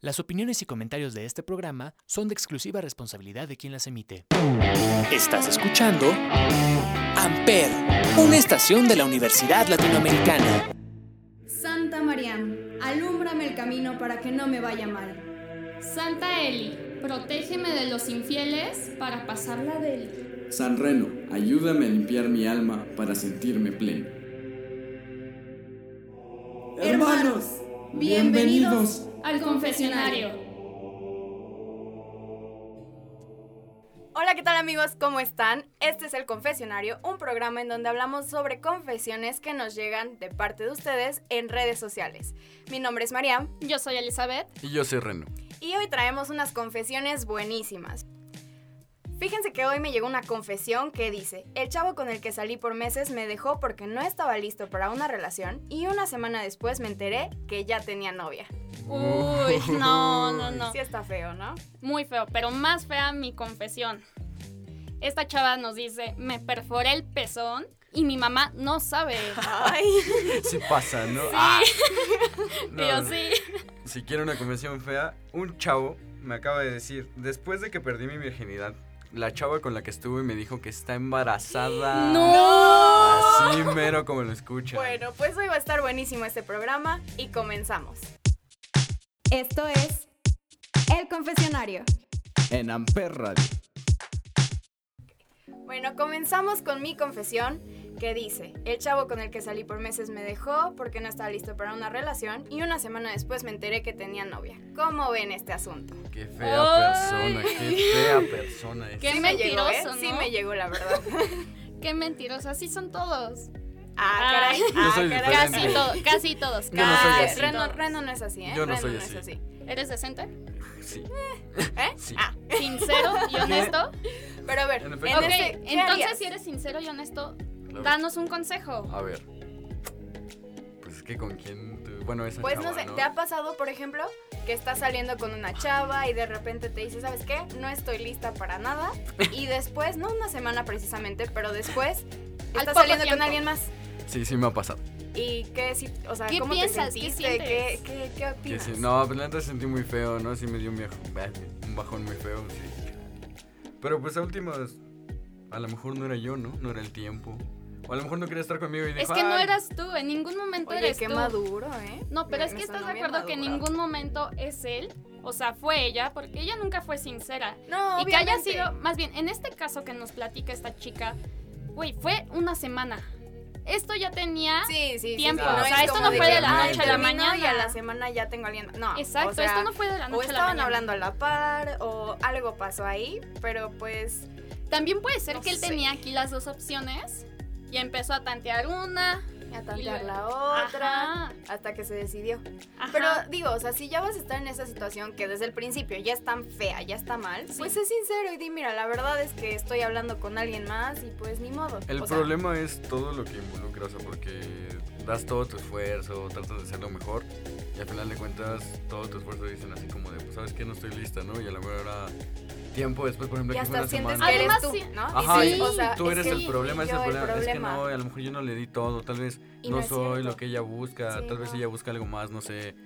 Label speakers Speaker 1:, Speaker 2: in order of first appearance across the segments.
Speaker 1: Las opiniones y comentarios de este programa son de exclusiva responsabilidad de quien las emite. Estás escuchando Amper, una estación de la Universidad Latinoamericana.
Speaker 2: Santa María, alúmbrame el camino para que no me vaya mal.
Speaker 3: Santa Eli, protégeme de los infieles para pasarla de él.
Speaker 4: San Reno, ayúdame a limpiar mi alma para sentirme pleno.
Speaker 2: Hermanos, bienvenidos
Speaker 3: al confesionario.
Speaker 2: Hola, ¿qué tal amigos? ¿Cómo están? Este es el Confesionario, un programa en donde hablamos sobre confesiones que nos llegan de parte de ustedes en redes sociales. Mi nombre es Mariam
Speaker 3: Yo soy Elizabeth.
Speaker 5: Y yo soy Reno.
Speaker 2: y hoy traemos unas confesiones buenísimas. Fíjense que hoy me llegó una confesión que dice, el chavo con el que salí por meses me dejó porque no estaba listo para una relación y una semana después me enteré que ya tenía novia.
Speaker 3: Uy, no, no, no.
Speaker 2: Sí está feo, ¿no?
Speaker 3: Muy feo, pero más fea mi confesión. Esta chava nos dice, me perforé el pezón y mi mamá no sabe.
Speaker 2: Ay.
Speaker 5: Sí pasa, ¿no? Sí.
Speaker 3: Y yo sí.
Speaker 5: Si quiero una convención fea, un chavo me acaba de decir, después de que perdí mi virginidad, la chava con la que estuve me dijo que está embarazada. Así mero como lo escucha.
Speaker 2: Bueno, pues hoy va a estar buenísimo este programa y comenzamos. Esto es El Confesionario.
Speaker 4: En Amper Radio.
Speaker 2: Bueno, comenzamos con mi confesión que dice, el chavo con el que salí por meses me dejó porque no estaba listo para una relación y una semana después me enteré que tenía novia. ¿Cómo ven este asunto?
Speaker 5: Qué fea
Speaker 3: Ay.
Speaker 5: persona, qué fea persona es.
Speaker 3: Qué
Speaker 2: Sí me llegó, ¿eh?
Speaker 3: mentiroso,
Speaker 2: Sí
Speaker 3: ¿no?
Speaker 2: me llegó, la verdad.
Speaker 3: Qué mentirosa, así son todos.
Speaker 2: Ah, caray.
Speaker 3: Ay.
Speaker 2: Ah,
Speaker 5: Yo soy
Speaker 2: caray.
Speaker 5: diferente.
Speaker 3: Casi, to- casi todos.
Speaker 5: Yo no soy
Speaker 2: Ay,
Speaker 5: así.
Speaker 2: Reno,
Speaker 3: todos.
Speaker 2: Reno no es así, ¿eh?
Speaker 5: Yo no
Speaker 2: Reno
Speaker 5: soy
Speaker 2: no es
Speaker 5: así.
Speaker 2: así.
Speaker 3: ¿Eres decente?
Speaker 5: Sí.
Speaker 2: ¿Eh?
Speaker 5: Sí.
Speaker 2: Ah,
Speaker 3: ¿Sincero y honesto?
Speaker 2: pero a ver,
Speaker 5: En
Speaker 2: en
Speaker 5: efecto.
Speaker 3: ok,
Speaker 2: este, ¿qué harías?
Speaker 3: entonces si eres sincero y honesto, danos un consejo.
Speaker 5: A ver. Pues es que con quién... tú- Bueno, esa
Speaker 2: Pues
Speaker 5: chava,
Speaker 2: no sé, ¿te ha pasado, por ejemplo, que estás saliendo con una chava y de repente te dice, ¿sabes qué? No estoy lista para nada. Y después, no una semana precisamente, pero después
Speaker 3: Al
Speaker 2: estás
Speaker 3: poco
Speaker 2: saliendo con
Speaker 3: tiempo.
Speaker 2: alguien más.
Speaker 5: Sí, sí me ha pasado.
Speaker 2: ¿Y qué, si- o sea,
Speaker 3: ¿Qué
Speaker 2: cómo
Speaker 3: piensas?
Speaker 2: te
Speaker 3: ¿Qué
Speaker 2: sentiste?
Speaker 3: sientes?
Speaker 2: ¿Qué, qué, qué
Speaker 5: Que
Speaker 2: opinas?
Speaker 5: sí, no, pues la neta sentí muy feo, ¿no? Sí me dio un, viejo- un bajón muy feo, sí. Pero pues a últimas, a lo mejor no era yo, ¿no? No era el tiempo. O a lo mejor no quería estar conmigo y
Speaker 3: Es
Speaker 5: dijo,
Speaker 3: que no
Speaker 5: "Ay".
Speaker 3: eras tú, en ningún momento
Speaker 2: Oye,
Speaker 3: eres
Speaker 2: qué
Speaker 3: tú.
Speaker 2: maduro, ¿eh?
Speaker 3: No, pero
Speaker 2: Me-
Speaker 3: es
Speaker 2: me
Speaker 3: que estás
Speaker 2: sonó
Speaker 3: de
Speaker 2: bien
Speaker 3: acuerdo que en
Speaker 2: maduro.
Speaker 3: ningún momento es él, o sea, fue ella, porque ella nunca fue sincera.
Speaker 2: No,
Speaker 3: Y que haya
Speaker 2: obviamente.
Speaker 3: sido, más bien, en este caso que nos platica esta chica, güey, fue una semana. Esto ya tenía...
Speaker 2: Sí, sí, sí,
Speaker 3: tiempo,
Speaker 2: sí,
Speaker 5: o sea,
Speaker 2: es
Speaker 5: esto
Speaker 2: como
Speaker 5: no fue de
Speaker 2: que,
Speaker 5: la
Speaker 2: ay,
Speaker 5: noche a la
Speaker 2: termino Y
Speaker 3: mañana.
Speaker 2: a la semana ya tengo alguien. No, o
Speaker 3: Exacto,
Speaker 2: sea,
Speaker 3: esto no fue de la
Speaker 2: O
Speaker 3: noche a la
Speaker 2: estaban
Speaker 3: mañana.
Speaker 2: hablando a la par, o algo pasó ahí, pero pues
Speaker 3: También puede ser
Speaker 2: No
Speaker 3: que él
Speaker 2: sé.
Speaker 3: tenía aquí las dos opciones y empezó a tantear una,
Speaker 2: a tantear
Speaker 3: Y
Speaker 2: la
Speaker 3: luego-
Speaker 2: otra
Speaker 3: Ajá,
Speaker 2: hasta que se decidió.
Speaker 3: ajá.
Speaker 2: Pero digo, o sea, si ya vas a estar en esa situación que desde el principio ya es tan fea, ya está mal, pues es sincero y di, mira, la verdad es que estoy hablando con alguien más y pues ni modo.
Speaker 5: El
Speaker 2: O sea,
Speaker 5: problema es todo lo que involucra, o sea, porque das todo tu esfuerzo, tratas de ser lo mejor, y al final de cuentas todo tu esfuerzo dicen así como de, pues sabes que no estoy lista, ¿no? Y a lo mejor era tiempo después, por ejemplo,
Speaker 2: ya
Speaker 5: que fue
Speaker 2: hasta
Speaker 5: una
Speaker 2: sientes
Speaker 5: semana.
Speaker 2: que eres
Speaker 3: Además,
Speaker 2: tú,
Speaker 3: sí.
Speaker 2: ¿no?
Speaker 5: Ajá,
Speaker 2: Dices,
Speaker 3: sí,
Speaker 5: y
Speaker 2: o sea,
Speaker 5: tú
Speaker 2: es
Speaker 5: eres
Speaker 2: que
Speaker 5: el problema, es el
Speaker 2: yo
Speaker 5: problema. Es que no, a lo mejor yo no le di todo, tal vez
Speaker 2: Y
Speaker 5: no,
Speaker 2: no es
Speaker 5: soy
Speaker 2: cierto.
Speaker 5: lo que ella busca,
Speaker 2: Sí,
Speaker 5: tal vez
Speaker 2: no.
Speaker 5: ella busca algo más, no sé,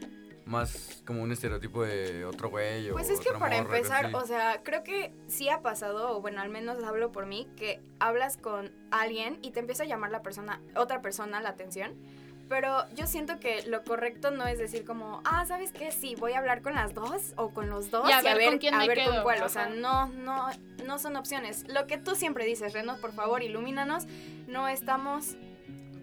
Speaker 5: más como un estereotipo de otro güey o
Speaker 2: Pues es que
Speaker 5: otra
Speaker 2: para
Speaker 5: morra,
Speaker 2: empezar,
Speaker 5: así.
Speaker 2: o sea, creo que sí ha pasado, o bueno, al menos hablo por mí, que hablas con alguien y te empieza a llamar la persona, otra persona la atención. Pero yo siento que lo correcto no es decir como, ah, ¿sabes qué? Sí, voy a hablar con las dos o con los dos
Speaker 3: Y a ver con quién
Speaker 2: a
Speaker 3: me
Speaker 2: ver con
Speaker 3: quedo,
Speaker 2: cuál. O
Speaker 3: ajá.
Speaker 2: sea, no, no, no son opciones. Lo que tú siempre dices, Reno, por favor, ilumínanos. No estamos...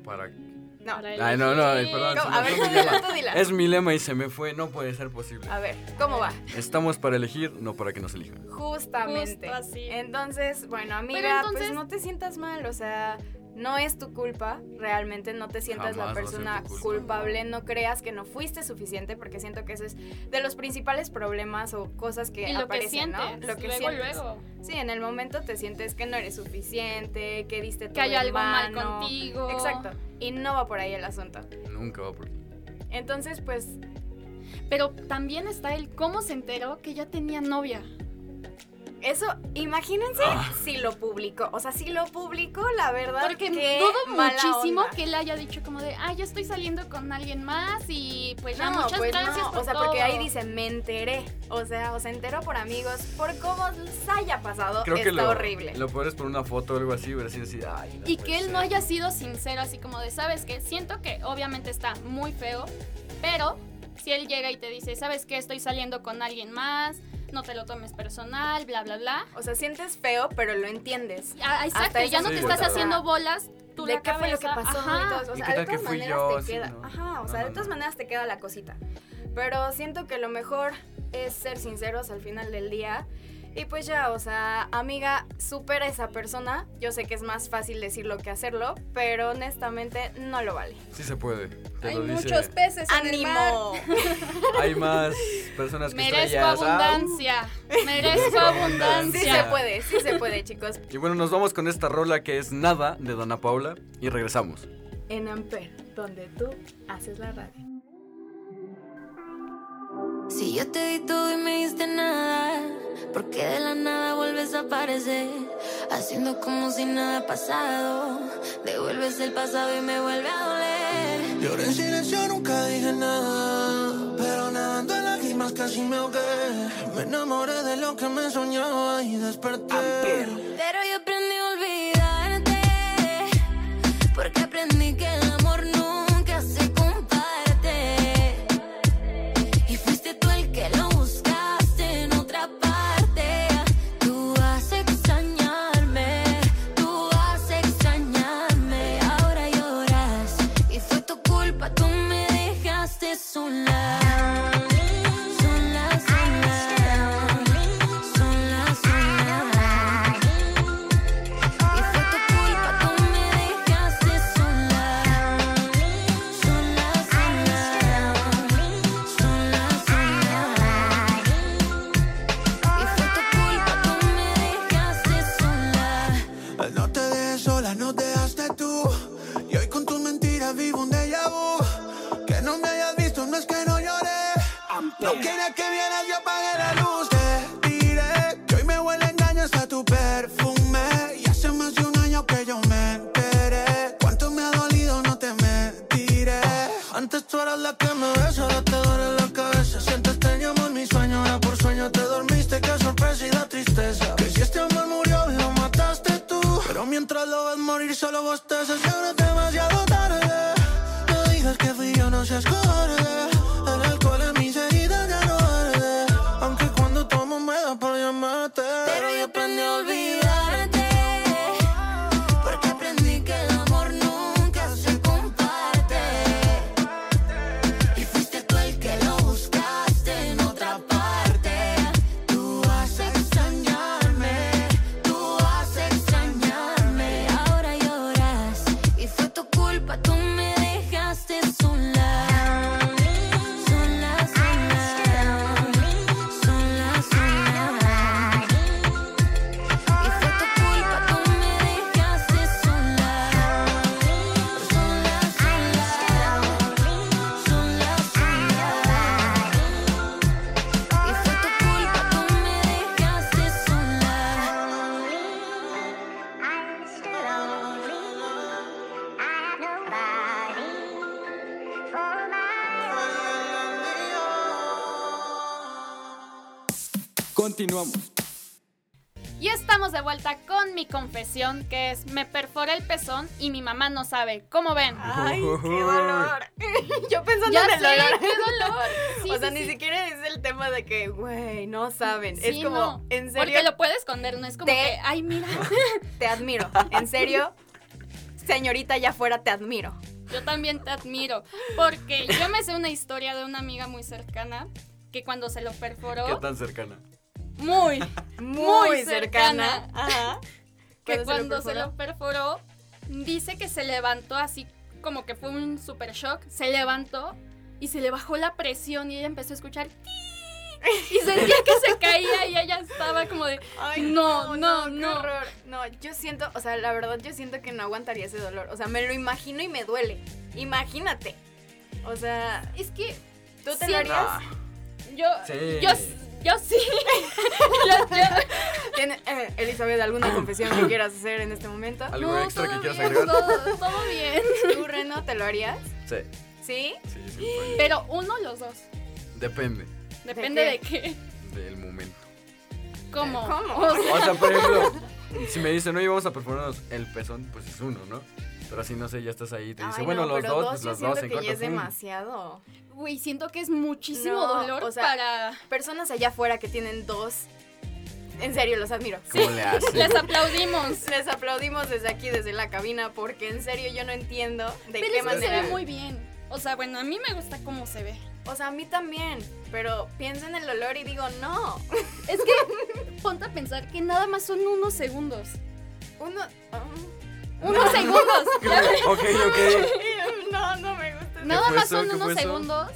Speaker 5: Para...
Speaker 2: No.
Speaker 3: Para
Speaker 5: Ay, no, no,
Speaker 3: elegir.
Speaker 5: perdón,
Speaker 2: ¿Cómo?
Speaker 5: sí,
Speaker 2: A ver, tú dila, tú dila.
Speaker 5: Es mi lema y se me fue, no puede ser posible.
Speaker 2: A ver, ¿cómo va?
Speaker 5: Estamos para elegir, no para que nos elijan.
Speaker 2: Justamente.
Speaker 3: Justo así.
Speaker 2: Entonces, bueno,
Speaker 3: Pero
Speaker 2: amiga,
Speaker 3: entonces-
Speaker 2: pues no te sientas mal, o sea, no es tu culpa, realmente no te sientas
Speaker 5: Jamás va
Speaker 2: la
Speaker 5: a ser
Speaker 2: persona
Speaker 5: tu culpa.
Speaker 2: culpable, no creas que no fuiste suficiente, porque siento que eso es de los principales problemas o cosas que
Speaker 3: y lo que
Speaker 2: aparecen,
Speaker 3: sientes,
Speaker 2: ¿no? Lo que
Speaker 3: luego,
Speaker 2: sientes.
Speaker 3: luego.
Speaker 2: Sí, en el momento te sientes que no eres suficiente, que diste todo
Speaker 3: Que hay
Speaker 2: de
Speaker 3: algo mal
Speaker 2: mano.
Speaker 3: contigo.
Speaker 2: Exacto, y no va por ahí el asunto.
Speaker 5: Nunca va por ti.
Speaker 2: Entonces, pues
Speaker 3: Pero también está el cómo se enteró que ya tenía novia.
Speaker 2: Eso, imagínense
Speaker 5: Ah.
Speaker 2: si lo publicó. O sea, si lo publicó, la verdad.
Speaker 3: Porque
Speaker 2: qué
Speaker 3: dudo
Speaker 2: mala
Speaker 3: muchísimo
Speaker 2: onda.
Speaker 3: que él haya dicho como de, ah, yo estoy saliendo con alguien más y pues ya
Speaker 2: No,
Speaker 3: muchas
Speaker 2: pues
Speaker 3: gracias
Speaker 2: no.
Speaker 3: por
Speaker 2: O sea, porque
Speaker 3: todo".
Speaker 2: ahí dice, me enteré. O sea, o se enteró por amigos. Por cómo se haya pasado,
Speaker 5: Creo
Speaker 2: está
Speaker 5: que lo,
Speaker 2: horrible.
Speaker 5: lo peor es por una foto o algo así, hubiera sido así, ay,
Speaker 3: Y
Speaker 5: puede
Speaker 3: que él no
Speaker 5: ser.
Speaker 3: haya sido sincero, así como de, ¿sabes qué? Siento que obviamente está muy feo, pero si él llega y te dice, ¿sabes qué? Estoy saliendo con alguien más, no te lo tomes personal, bla, bla, bla.
Speaker 2: O sea, sientes feo, pero lo entiendes.
Speaker 3: Ah, Exacto,
Speaker 2: Hasta
Speaker 3: ya
Speaker 2: eso
Speaker 3: no te
Speaker 5: sí,
Speaker 3: estás
Speaker 5: o sea,
Speaker 3: haciendo bolas. Tú
Speaker 2: ¿De
Speaker 3: la
Speaker 2: qué fue lo que
Speaker 3: cabeza,
Speaker 2: pasó?
Speaker 3: ajá.
Speaker 2: Y todo eso. O
Speaker 5: ¿Y
Speaker 2: sea,
Speaker 5: qué
Speaker 2: de
Speaker 5: tal que
Speaker 2: todas
Speaker 5: fui
Speaker 2: maneras
Speaker 5: yo?
Speaker 2: te
Speaker 5: Sí,
Speaker 2: queda.
Speaker 5: no.
Speaker 2: Ajá, o
Speaker 5: No,
Speaker 2: sea, de
Speaker 5: no,
Speaker 2: todas
Speaker 5: no.
Speaker 2: maneras te queda la cosita. Pero siento que lo mejor es ser sinceros al final del día. Y pues ya, o sea, amiga, supera a esa persona. Yo sé que es más fácil decirlo que hacerlo, pero honestamente no lo vale.
Speaker 5: Sí se puede. Te
Speaker 6: Hay
Speaker 5: lo dice.
Speaker 6: muchos peces en el mar.
Speaker 2: ¡Ánimo!
Speaker 5: Hay más personas que
Speaker 3: Merezco
Speaker 5: estrellas. Ah,
Speaker 3: abundancia, merezco
Speaker 5: Merezco
Speaker 2: Uh. Sí
Speaker 5: abundancia.
Speaker 3: abundancia.
Speaker 2: se puede, sí se puede, chicos.
Speaker 5: uh. Y bueno, nos vamos con esta rola que es Nada de Dana Paula y regresamos.
Speaker 2: En Amper, donde tú haces la radio.
Speaker 7: Si yo te di todo y me diste nada, ¿por qué de la nada vuelves a aparecer? Haciendo como si nada ha pasado, devuelves el pasado y me vuelve a doler.
Speaker 8: Lloré en silencio, nunca dije nada. Pero nadando en lágrimas casi me ahogué. Me enamoré de lo que me soñaba y desperté.
Speaker 7: Pero yo aprendí a olvidarte, porque aprendí que el amor nunca se comparte. Y fuiste tú el que lo buscaste en otra parte. Tú vas a extrañarme, tú vas a extrañarme. Ahora lloras y fue tu culpa, tú me dejaste sola. Sola, sola. Sola, sola. Y fue tu culpa, tú me dejaste sola. Sola, sola. Sola, sola. Y fue tu culpa, tú me dejaste sola.
Speaker 8: Al no te dejé sola, no dejaste tú. Y hoy con tus mentiras vivo un déjà vu. Que no me hayas visto, no es que no lloré. No quería que vieras, yo apagué la luz. Te diré que hoy me huele a engaño hasta tu perfume. Y hace más de un año que yo me enteré. Cuánto me ha dolido, no te mentiré. Antes tú eras la que me besa, ahora te duele la cabeza. Sientes teníamos mis sueños, ahora por sueño te dormiste. Qué sorpresa y la tristeza. Que si este amor murió, lo mataste tú. Pero mientras lo ves morir, solo bostezas. Y ahora es demasiado tarde. No digas que fui yo, no seas cobarde El alcohol en mis heridas ya no arde Aunque cuando tomo me da por llamarte
Speaker 7: Pero yo aprendí a olvidarte, porque aprendí que el amor nunca se comparte. Y fuiste tú el que lo buscaste en otra parte. Tú vas a extrañarme, tú vas a extrañarme. Ahora lloras y fue tu culpa, tú me dejaste sola. Sola, sola, sola, sola. Y fue tu culpa, tú me dejaste sola. Sola, sola, sola, sola. Y fue tu culpa, tú me dejaste
Speaker 4: Continuamos.
Speaker 3: Y estamos de vuelta con mi confesión, que es me perforé el pezón y mi mamá no sabe. ¿Cómo ven?
Speaker 2: ¡Ay, qué dolor! yo pensando
Speaker 3: ya
Speaker 2: en el
Speaker 3: sé,
Speaker 2: dolor.
Speaker 3: qué dolor. Sí,
Speaker 2: o sea,
Speaker 3: sí,
Speaker 2: ni
Speaker 3: sí.
Speaker 2: siquiera es el tema de que, güey, no saben.
Speaker 3: Sí,
Speaker 2: es como,
Speaker 3: no,
Speaker 2: en serio,
Speaker 3: Porque lo puede esconder, no es como
Speaker 2: Te-
Speaker 3: que, ay, mira,
Speaker 2: te admiro. En serio, señorita allá afuera, te admiro.
Speaker 3: yo también te admiro. Porque yo me sé una historia de una amiga muy cercana que cuando se lo
Speaker 5: ¿Qué
Speaker 3: perforó,
Speaker 5: tan cercana?
Speaker 3: muy,
Speaker 2: Muy,
Speaker 3: Muy cercana.
Speaker 2: cercana. Ajá.
Speaker 3: que cuando se lo perforó, dice que se levantó así como que fue un super shock, se levantó y se le bajó la presión y ella empezó a escuchar "Ti", y sentía que se caía y ella estaba como de
Speaker 2: Ay,
Speaker 3: No, no,
Speaker 2: qué
Speaker 3: no.
Speaker 2: horror. No, yo siento, o sea, la verdad, yo siento que no aguantaría ese dolor. O sea, me lo imagino y me duele. Imagínate. O sea,
Speaker 3: es que
Speaker 2: ¿tú te
Speaker 3: Sí,
Speaker 2: lo harías?
Speaker 5: Ah,
Speaker 3: yo
Speaker 5: Sí.
Speaker 3: yo yo sí yo, yo-
Speaker 2: ¿Tiene, eh, Elizabeth, alguna confesión que quieras hacer en este momento?
Speaker 5: ¿Algo
Speaker 3: no,
Speaker 5: extra que
Speaker 3: todo
Speaker 5: quieras
Speaker 3: bien,
Speaker 5: agregar?
Speaker 3: todo, todo bien.
Speaker 2: ¿Tú, Reno, te lo harías?
Speaker 5: Sí,
Speaker 2: ¿Sí?
Speaker 5: sí, sí, fue.
Speaker 3: Pero uno o los dos.
Speaker 5: Depende
Speaker 3: Depende de
Speaker 2: qué?
Speaker 3: qué.
Speaker 5: del momento.
Speaker 3: ¿Cómo?
Speaker 2: ¿Cómo?
Speaker 3: O sea,
Speaker 5: O sea, por ejemplo, si me dicen, oye, vamos a perforarnos el pezón, pues es uno, ¿no? Pero si no sé, ya estás ahí y te dicen,
Speaker 2: Ay,
Speaker 5: bueno,
Speaker 2: no,
Speaker 5: los
Speaker 2: pero
Speaker 5: dos, pues
Speaker 2: yo
Speaker 5: los
Speaker 2: siento
Speaker 5: dos en
Speaker 2: que
Speaker 5: corto.
Speaker 2: ya es
Speaker 5: pum.
Speaker 2: demasiado.
Speaker 3: Güey, siento que es muchísimo
Speaker 2: No,
Speaker 3: dolor
Speaker 2: o sea,
Speaker 3: para.
Speaker 2: Personas allá afuera que tienen dos, en serio, los admiro.
Speaker 5: ¿Cómo le haces?
Speaker 3: Les aplaudimos.
Speaker 2: Les aplaudimos desde aquí, desde la cabina, porque en serio yo no entiendo
Speaker 3: Pero
Speaker 2: de qué
Speaker 3: es que se
Speaker 2: manera.
Speaker 3: ve muy bien. O sea, bueno, a mí me gusta cómo se ve.
Speaker 2: O sea, a mí también, pero pienso en el olor y digo, no.
Speaker 3: Es que ponte a pensar que nada más son unos segundos.
Speaker 2: Uno. ah,
Speaker 3: ¡Unos segundos!
Speaker 5: ok, ok.
Speaker 2: mm, No, no me gusta.
Speaker 5: No,
Speaker 3: Nada
Speaker 5: fue
Speaker 3: más
Speaker 5: eso?
Speaker 3: son
Speaker 5: ¿Qué fue
Speaker 3: unos
Speaker 5: eso?
Speaker 3: segundos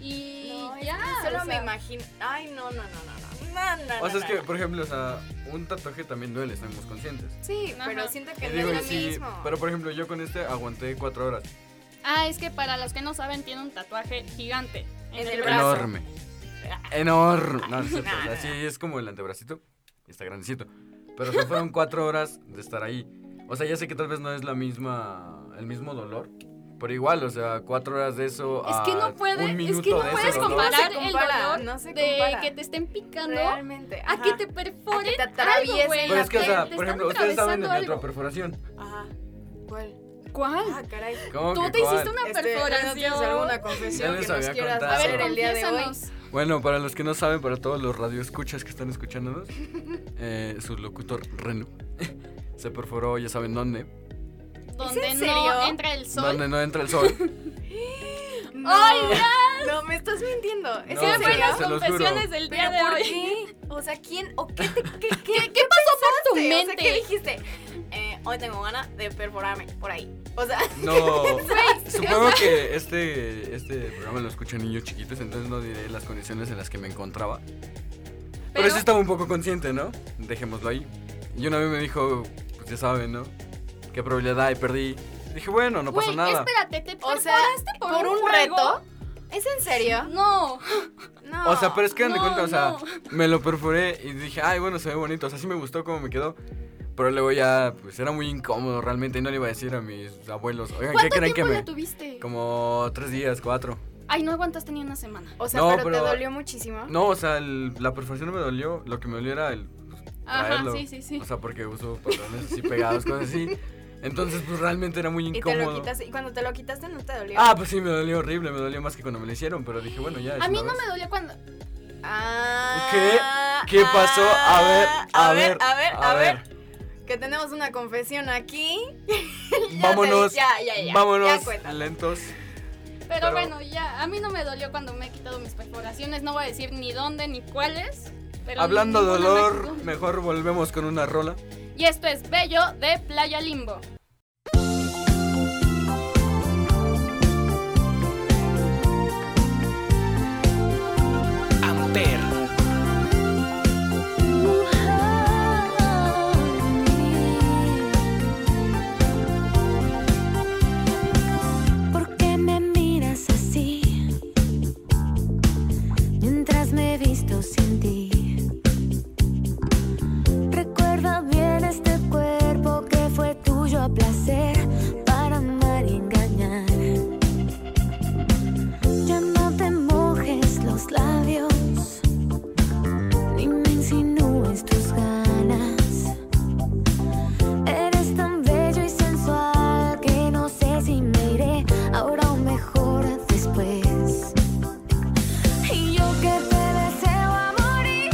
Speaker 3: y
Speaker 2: No, es
Speaker 3: ya.
Speaker 2: que Solo
Speaker 3: o
Speaker 2: me
Speaker 3: sea,
Speaker 2: imagino. Ay, no, no, no, no, no. No, no, no,
Speaker 5: O sea, es
Speaker 2: no,
Speaker 5: que,
Speaker 2: no.
Speaker 5: por ejemplo, o sea, un tatuaje también duele, estamos conscientes.
Speaker 2: Sí,
Speaker 3: Ajá.
Speaker 2: pero siento que
Speaker 5: Y
Speaker 2: no
Speaker 5: digo,
Speaker 2: es
Speaker 5: y
Speaker 2: lo
Speaker 5: sí,
Speaker 2: mismo.
Speaker 5: pero por ejemplo, yo con este aguanté cuatro horas.
Speaker 3: Ah, es que para los que no saben, tiene un tatuaje gigante.
Speaker 2: En
Speaker 3: En
Speaker 2: el
Speaker 3: el
Speaker 2: brazo.
Speaker 3: brazo. Ah.
Speaker 5: Enorme. Enorme. No, no es cierto,
Speaker 2: Nah, nah.
Speaker 5: Así es como el antebracito. y Está grandecito. Pero se fueron cuatro horas de estar ahí. O sea, ya sé que tal vez no es la misma, el mismo dolor. Pero igual, o sea, cuatro horas de eso.
Speaker 3: Es que
Speaker 5: a
Speaker 3: no puede-
Speaker 5: un
Speaker 3: es que
Speaker 5: minuto
Speaker 3: no
Speaker 5: de ese
Speaker 3: Puedes
Speaker 5: dolor.
Speaker 3: comparar
Speaker 2: No se
Speaker 3: el
Speaker 2: compara,
Speaker 3: dolor
Speaker 2: no se
Speaker 3: de
Speaker 2: compara.
Speaker 3: que te estén picando
Speaker 2: Realmente.
Speaker 3: a
Speaker 2: ajá.
Speaker 3: que te perforen.
Speaker 2: A que te
Speaker 3: algo,
Speaker 2: atraviesen
Speaker 3: güey,
Speaker 5: Pero es que, o
Speaker 3: te-
Speaker 5: sea,
Speaker 3: te
Speaker 5: por
Speaker 3: están
Speaker 5: ejemplo, ustedes saben de
Speaker 3: atravesando
Speaker 5: mi otra
Speaker 3: algo.
Speaker 5: perforación.
Speaker 2: Ajá. ¿Cuál?
Speaker 3: ¿Cuál?
Speaker 2: Ah, caray.
Speaker 5: ¿Cómo
Speaker 3: Tú
Speaker 5: que
Speaker 3: te hiciste
Speaker 5: cuál?
Speaker 3: una
Speaker 2: Este, ¿no tienes
Speaker 3: perforación.
Speaker 2: alguna
Speaker 5: Ya
Speaker 2: confesión
Speaker 5: les
Speaker 2: que nos
Speaker 5: había
Speaker 2: quieras
Speaker 5: contado.
Speaker 3: A ver,
Speaker 2: hacer el día de hoy?
Speaker 3: confiésanos.
Speaker 5: Bueno, para los que no saben, para todos los radioescuchas que están escuchándonos, eh, su locutor Reno se perforó, ya saben dónde,
Speaker 3: Donde
Speaker 2: en serio?
Speaker 3: no entra el sol.
Speaker 5: donde no entra el sol.
Speaker 2: No,
Speaker 3: ¡Ay,
Speaker 2: no, me estás mintiendo.
Speaker 5: No,
Speaker 2: ¿Es en
Speaker 5: o sea,
Speaker 2: serio?
Speaker 3: Las
Speaker 5: Se los juro.
Speaker 3: confesiones del día
Speaker 2: ¿Pero
Speaker 3: de
Speaker 2: por
Speaker 3: hoy.
Speaker 2: qué? O sea, ¿quién o qué te, qué, qué,
Speaker 3: ¿Qué, qué pasó por tu
Speaker 2: pensaste? O sea,
Speaker 3: mente?
Speaker 2: ¿qué dijiste? Eh, hoy tengo ganas de perforarme por ahí. O sea,
Speaker 5: No, supongo que este, este programa lo escuchan niños chiquitos, entonces no diré las condiciones en las que me encontraba. Pero,
Speaker 3: Pero-
Speaker 5: sí estaba un poco consciente, ¿no? Dejémoslo ahí. Y una vez me dijo, pues ya saben, ¿no? ¿Qué probabilidad hay? Perdí. Dije, bueno, no pasa
Speaker 3: Güey,
Speaker 5: nada.
Speaker 3: espérate, ¿te
Speaker 2: O
Speaker 3: perforaste
Speaker 2: sea,
Speaker 3: por,
Speaker 2: por un
Speaker 3: juego?
Speaker 2: reto. ¿es en serio?
Speaker 3: No.
Speaker 2: No.
Speaker 5: O sea, pero es que dan de
Speaker 3: No,
Speaker 5: cuenta, o sea,
Speaker 3: no.
Speaker 5: me lo perforé y dije, ay, bueno, se ve bonito. O sea, sí me gustó cómo me quedó. Pero luego ya, pues era muy incómodo realmente. Y no le iba a decir a mis abuelos, oigan, ¿qué
Speaker 3: ¿Cuánto
Speaker 5: creen
Speaker 3: tiempo
Speaker 5: que
Speaker 3: la
Speaker 5: me.?
Speaker 3: tuviste?
Speaker 5: Como tres días, cuatro.
Speaker 3: Ay, no aguantaste ni una semana.
Speaker 2: O sea,
Speaker 5: No,
Speaker 2: pero,
Speaker 5: pero-
Speaker 2: te dolió muchísimo.
Speaker 5: No, o sea, el- la perforación no me dolió. Lo que me dolió era el. pues,
Speaker 3: Ajá,
Speaker 5: traerlo.
Speaker 3: sí, sí, sí.
Speaker 5: O sea, porque uso pantalones así pegados, cosas así. Entonces, pues realmente era muy
Speaker 2: Y te lo
Speaker 5: incómodo.
Speaker 2: quitaste. Y cuando te lo quitaste, no te dolió.
Speaker 5: Ah, pues sí, me dolió horrible. Me dolió más que cuando me lo hicieron. Pero dije, bueno, ya. es
Speaker 3: A mí
Speaker 5: una
Speaker 3: no
Speaker 5: vez.
Speaker 3: me dolió cuando.
Speaker 2: Ah,
Speaker 5: ¿Qué? ¿Qué pasó? A ver, a,
Speaker 2: ver, Ah, a ver, a ver. Que tenemos una confesión aquí. Ya
Speaker 5: Vámonos.
Speaker 2: te- Ya, ya, ya. Ya
Speaker 5: Vámonos
Speaker 2: cuenta.
Speaker 5: lentos.
Speaker 3: Pero,
Speaker 5: Pero-
Speaker 3: bueno, ya. A mí no me dolió cuando me he quitado mis perforaciones. No voy a decir ni dónde ni cuáles. Pero
Speaker 5: Hablando de
Speaker 3: ninguna me
Speaker 5: dolor,
Speaker 3: quitó.
Speaker 5: mejor volvemos con una rola.
Speaker 3: Y esto es Bello de Playa Limbo.
Speaker 1: Amper.
Speaker 7: ¿Por qué me miras así? Mientras me he visto sin ti. Recuerda bien este cuerpo que fue tuyo a placer para amar y engañar. Ya no te mojes los labios. Ni me insinúes tus ganas. Eres tan bello y sensual que no sé si me iré ahora o mejor después. Y yo que te deseo a morir.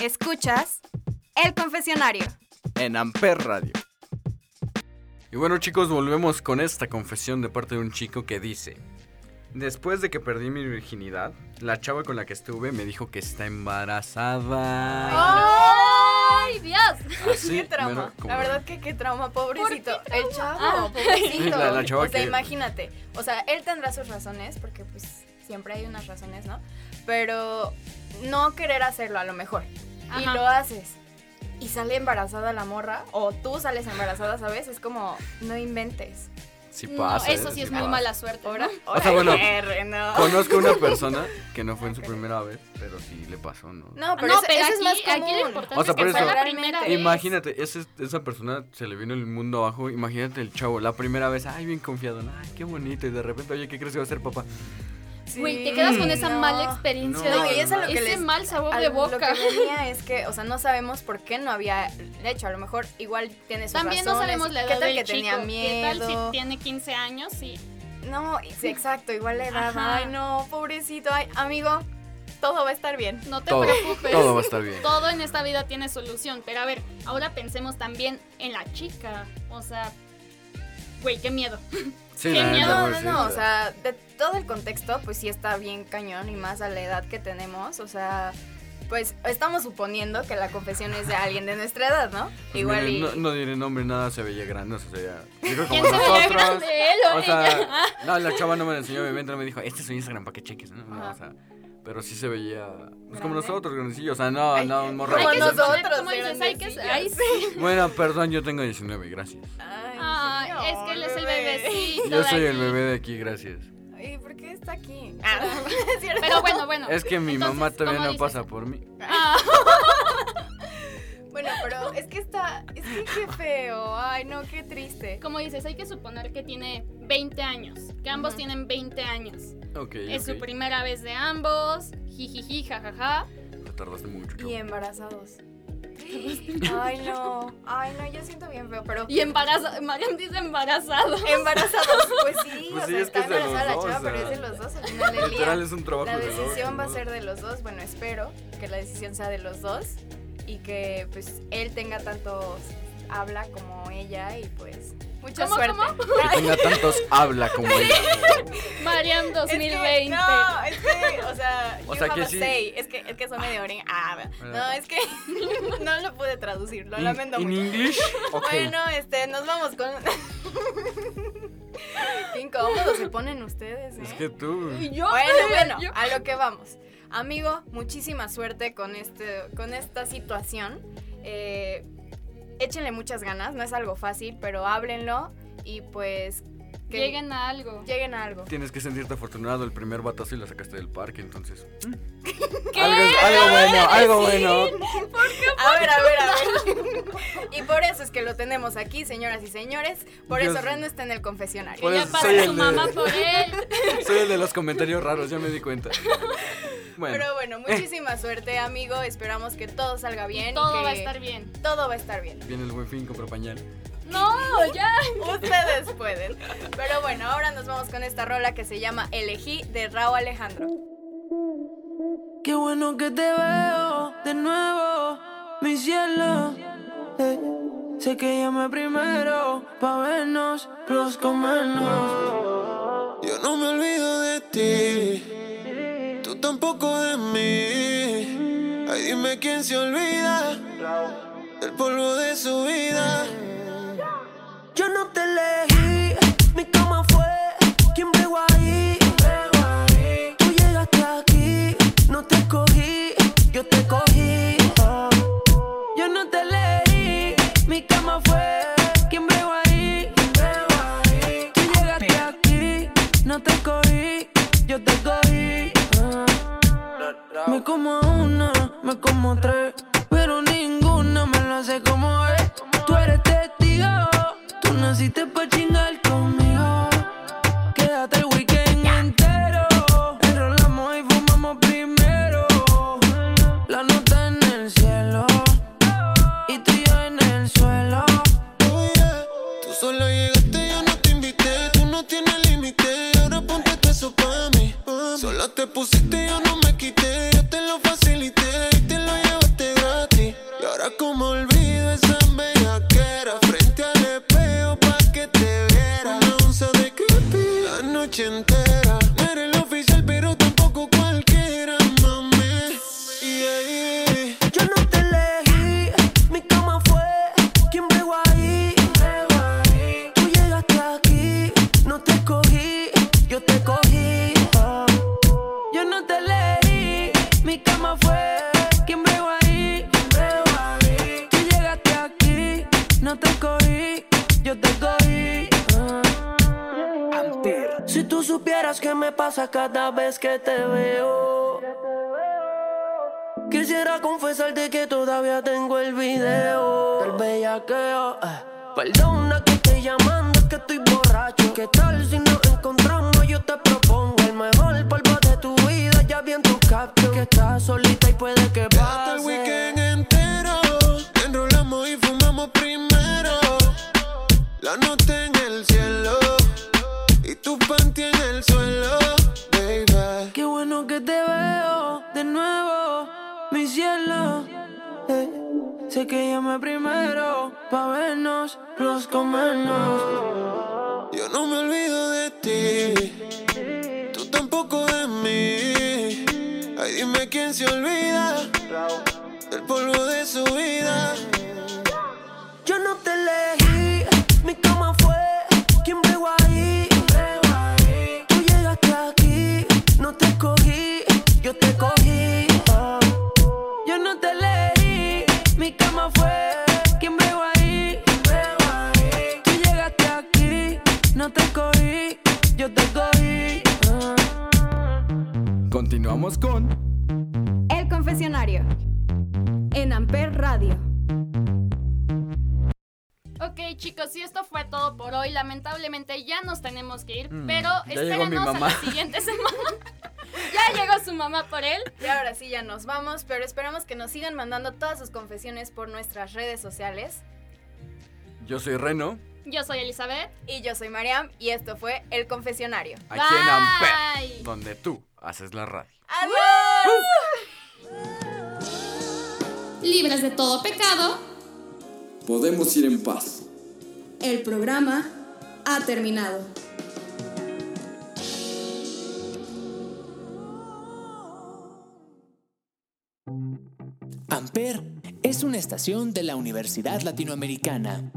Speaker 2: Escuchas El Confesionario.
Speaker 5: en Amper Radio. Y bueno chicos, volvemos con esta confesión de parte de un chico que dice, después de que perdí mi virginidad, la chava con la que estuve me dijo que está embarazada.
Speaker 3: ¡Ay, Dios!
Speaker 5: Así,
Speaker 2: qué trauma.
Speaker 5: mero, como-
Speaker 2: la verdad que qué trauma, pobrecito. El chavo,
Speaker 3: Ah.
Speaker 2: pobrecito.
Speaker 5: La- la chava
Speaker 2: o sea,
Speaker 5: que-
Speaker 2: imagínate. O sea, él tendrá sus razones, porque pues siempre hay unas razones, ¿no? Pero no querer hacerlo a lo mejor. Y
Speaker 3: Ajá.
Speaker 2: lo haces. Y sale embarazada la morra, o tú sales embarazada, ¿sabes? Es como, no inventes.
Speaker 5: Sí
Speaker 3: No,
Speaker 5: pasa.
Speaker 3: eso
Speaker 5: ¿eh?
Speaker 3: sí es
Speaker 5: pasa.
Speaker 3: muy mala suerte.
Speaker 2: Ahora,
Speaker 3: ¿no?
Speaker 5: O sea, bueno,
Speaker 2: no.
Speaker 5: Conozco una persona que no fue en su primera vez, pero sí le pasó, ¿no?
Speaker 2: No, pero,
Speaker 3: No,
Speaker 2: eso-
Speaker 3: pero
Speaker 2: eso
Speaker 3: aquí-
Speaker 2: es más
Speaker 3: aquí lo
Speaker 2: común.
Speaker 3: importante
Speaker 5: O sea, es que por fue eso-
Speaker 3: la primera
Speaker 2: Realmente.
Speaker 3: vez.
Speaker 5: Imagínate, ese- esa persona se le vino el mundo abajo. Imagínate el chavo, la primera vez, ay, bien confiado, ¿no? ay, qué bonito. Y de repente, oye, ¿qué crees que va a ser papá?
Speaker 3: Güey, te quedas con esa
Speaker 2: Mm, No.
Speaker 3: mala experiencia.
Speaker 5: No,
Speaker 3: de
Speaker 5: y eso es lo
Speaker 2: que
Speaker 3: ese
Speaker 2: les-
Speaker 3: mal sabor
Speaker 2: Al-
Speaker 3: de boca.
Speaker 2: Lo que venía es que, o sea, no sabemos por qué no había hecho. A lo mejor igual tiene sus
Speaker 3: También no
Speaker 2: razones.
Speaker 3: sabemos la edad
Speaker 2: ¿Qué tal
Speaker 3: del
Speaker 2: que
Speaker 3: chico.
Speaker 2: tenía miedo?
Speaker 3: ¿Qué tal si tiene 15 años? Sí.
Speaker 2: No, y- sí, exacto, igual la edad.
Speaker 3: Ajá.
Speaker 2: Ay, no, pobrecito. Ay, amigo, todo va a estar bien.
Speaker 3: No te
Speaker 5: Todo,
Speaker 3: preocupes.
Speaker 5: todo va a estar bien.
Speaker 3: Todo en esta vida tiene solución. Pero a ver, ahora pensemos también en la chica. O sea, güey, qué miedo.
Speaker 5: Sí,
Speaker 3: Qué
Speaker 5: la neta,
Speaker 3: miedo,
Speaker 2: No,
Speaker 5: güey,
Speaker 2: no,
Speaker 5: sí,
Speaker 2: no, o sea, de todo el contexto, pues sí está bien cañón y más a la edad que tenemos, o sea, pues estamos suponiendo que la confesión es de alguien de nuestra edad, ¿no?
Speaker 5: Pues
Speaker 2: Igual
Speaker 5: miren,
Speaker 2: y...
Speaker 5: no, no diré nombre, nada se veía grande, o sea, se veía- digo, como
Speaker 3: ¿Quién se veía
Speaker 5: nosotros.
Speaker 3: grande? Él o,
Speaker 5: O sea,
Speaker 3: ella.
Speaker 5: no, la chava no me lo enseñó, obviamente, no me dijo, este es su Instagram para que cheques, ¿no? No,
Speaker 2: Ajá.
Speaker 5: o sea, pero sí se veía, pues como
Speaker 2: Grande.
Speaker 5: nosotros, grandecillo, o sea, no,
Speaker 2: Ay,
Speaker 5: no, un morro.
Speaker 2: como
Speaker 3: Hay que
Speaker 5: grande.
Speaker 2: nosotros,
Speaker 3: suponer, como dices, hay que- ay,
Speaker 2: grandecillos.
Speaker 3: sí.
Speaker 5: Bueno, perdón, yo tengo 19, gracias.
Speaker 2: Ay,
Speaker 3: Ay,
Speaker 2: no,
Speaker 3: Ah, es que él es el
Speaker 2: bebé.
Speaker 3: bebecito.
Speaker 5: Yo
Speaker 3: de
Speaker 5: soy el
Speaker 3: aquí.
Speaker 5: bebé de aquí, gracias.
Speaker 2: Ay, ¿por qué está aquí?
Speaker 3: Pero bueno, bueno.
Speaker 5: Es que mi
Speaker 3: Entonces,
Speaker 5: mamá todavía
Speaker 3: ¿cómo
Speaker 5: no
Speaker 3: dices?
Speaker 5: pasa por mí.
Speaker 3: Ah,
Speaker 2: Bueno, pero es que está. Es que qué feo. Ay, no, qué triste.
Speaker 3: como dices, hay que suponer que tiene 20 años. Que ambos
Speaker 2: Ujú.
Speaker 3: tienen 20 años.
Speaker 5: Ok,
Speaker 3: Es su
Speaker 5: ok.
Speaker 3: primera vez de ambos. Jijiji, jajaja.
Speaker 5: Te tardaste mucho, chavo.
Speaker 2: Y embarazados. Ay, no. Ay, no, yo siento bien feo, pero.
Speaker 3: Y embarazado. Mariam dice embarazado.
Speaker 2: Embarazados, pues sí.
Speaker 5: Pues
Speaker 2: o
Speaker 5: sí,
Speaker 2: sea,
Speaker 5: es que
Speaker 2: está
Speaker 5: es de los
Speaker 2: embarazada la
Speaker 5: dos,
Speaker 2: chava,
Speaker 5: o sea.
Speaker 2: pero es de los dos al final del
Speaker 5: Literal
Speaker 2: día.
Speaker 5: es un trabajo
Speaker 2: La
Speaker 5: de dos,
Speaker 2: decisión va a
Speaker 5: ¿no?
Speaker 2: ser de los dos. Bueno, espero que la decisión sea de los dos y que pues él tenga tanto habla como ella y pues mucha
Speaker 3: ¿Cómo,
Speaker 2: suerte.
Speaker 3: cómo?
Speaker 5: Que tenga tantos habla como ella.
Speaker 3: Mariam
Speaker 2: Es que,
Speaker 3: 2020.
Speaker 2: no, es que, o sea,
Speaker 5: O
Speaker 2: you
Speaker 5: sea,
Speaker 2: have
Speaker 5: que
Speaker 2: a
Speaker 5: sí.
Speaker 2: say. Es que, es que soy medio oren- Ah, no, es que no lo pude traducir, lo
Speaker 5: In-
Speaker 2: lamento
Speaker 5: in
Speaker 2: mucho.
Speaker 5: English? Ok.
Speaker 2: Bueno, este, nos vamos con. Qué incómodos se ponen ustedes, ¿eh?
Speaker 5: Es que tú.
Speaker 3: Y yo,
Speaker 2: Bueno, bueno,
Speaker 3: yo-
Speaker 2: a lo que vamos. Amigo, muchísima suerte con, este, con esta situación. Eh, échenle muchas ganas, no es algo fácil, pero háblenlo y pues que
Speaker 3: lleguen a algo.
Speaker 2: lleguen a algo.
Speaker 5: Tienes que sentirte afortunado. El primer batazo y la sacaste del parque, entonces.
Speaker 3: ¿Qué?
Speaker 5: Algo, algo bueno, algo bueno.
Speaker 2: A ver, a ver, a ver. Y por eso es que lo tenemos aquí, señoras y señores. Por
Speaker 5: Yo-
Speaker 2: eso Reno está en el confesionario.
Speaker 5: Por
Speaker 3: Que ya
Speaker 5: eso pues, soy
Speaker 3: pase
Speaker 5: el
Speaker 3: su
Speaker 5: de-
Speaker 3: mamá por él.
Speaker 5: Soy el de los comentarios raros, ya me di cuenta. Bueno,
Speaker 2: Pero bueno, muchísima suerte, amigo. Esperamos que todo salga bien. y
Speaker 3: Todo
Speaker 2: que
Speaker 3: va a estar bien.
Speaker 2: Todo va a estar bien.
Speaker 5: viene el buen fin, compra pañal.
Speaker 3: No, ya.
Speaker 2: Ustedes pueden. Pero bueno, ahora nos vamos con esta rola que se llama Elegí de Raúl Alejandro.
Speaker 6: Qué bueno que te veo de nuevo, mi cielo. Eh, sé que llamé primero pa' vernos, los comernos.
Speaker 9: Yo no me olvido de ti, tú tampoco de mí. Ay, dime quién se olvida del polvo de su vida.
Speaker 6: Yo no te elegí, mi cama fue quien bregó ahí. Tú llegaste aquí, no te cogí, yo te cogí. Ah. Yo no te elegí, mi cama fue quien bregó ahí. Tú llegaste aquí, no te cogí, yo te cogí. Ah. Me como una, me como tres, pero ninguna me lo hace como es. Tú eres testigo, tú naciste pa' chingar conmigo. Quédate el weekend entero, enrolamos y fumamos primero. La nota en el cielo, y tú y yo en el suelo.
Speaker 9: Oye, tú solo llegaste, yo no te invité. Tú no tienes límite, ahora ponte todo eso pa' mí. Solo te pusiste, yo no me quité. Yo te lo facilité y te lo llevaste gratis. noche entera. No eres la oficial, pero tampoco cualquiera, mami. Yeah.
Speaker 6: Yo no te elegí, mi cama fue quien veo ahí. Tú llegaste aquí, no te escogí, yo te cogí. ah. Yo no te elegí, mi cama fue quien veo ahí. Tú llegaste aquí, no te escogí, yo te cogí. ah. Si tú supieras qué me pasa cada vez que te veo. Quisiera confesarte que todavía tengo el video del bellaqueo. eh. Perdona que te llamando, es que estoy borracho. ¿Qué tal si nos encontramos? Yo te propongo el mejor polvo de tu vida. Ya vi en tu caption que estás solita y puede que
Speaker 9: Hasta
Speaker 6: pase.
Speaker 9: el weekend entero. Enrolamos y fumamos primero. La noche en el cielo. Y tu panty en el suelo, baby.
Speaker 6: Qué bueno que te veo de nuevo, mi cielo. Eh, sé que llamé primero pa' vernos, los comernos.
Speaker 9: Yo no me olvido de ti. Tú tampoco de mí. Ay, dime quién se olvida del polvo de su vida.
Speaker 6: Yo no te elegí, mi cama fue quien veo ahí. Tú llegaste aquí, no te escogí, yo te cogí. ah. Yo no te elegí, mi cama fue quien veo ahí. Tú llegaste aquí, no te escogí, yo te cogí. ah.
Speaker 5: Continuamos con.
Speaker 2: El confesionario. En Amper Radio.
Speaker 3: Ok, chicos, y esto fue todo por hoy. Lamentablemente ya nos tenemos que ir,
Speaker 5: Mm,
Speaker 3: pero
Speaker 5: ya llegó mi
Speaker 3: espéranos a
Speaker 5: mamá.
Speaker 3: la siguiente semana. ya llegó su mamá por él.
Speaker 2: Y ahora sí ya nos vamos, pero esperamos que nos sigan mandando todas sus confesiones por nuestras redes sociales.
Speaker 5: Yo soy Reno.
Speaker 3: Yo soy Elizabeth.
Speaker 2: Y yo soy Mariam y esto fue El Confesionario.
Speaker 5: Aquí en Amper.
Speaker 3: Bye.
Speaker 5: Donde tú haces la radio.
Speaker 2: ¡Adiós!
Speaker 10: Libres de todo pecado.
Speaker 11: Podemos ir en paz.
Speaker 10: El programa ha terminado.
Speaker 1: Amper es una estación de la Universidad Latinoamericana.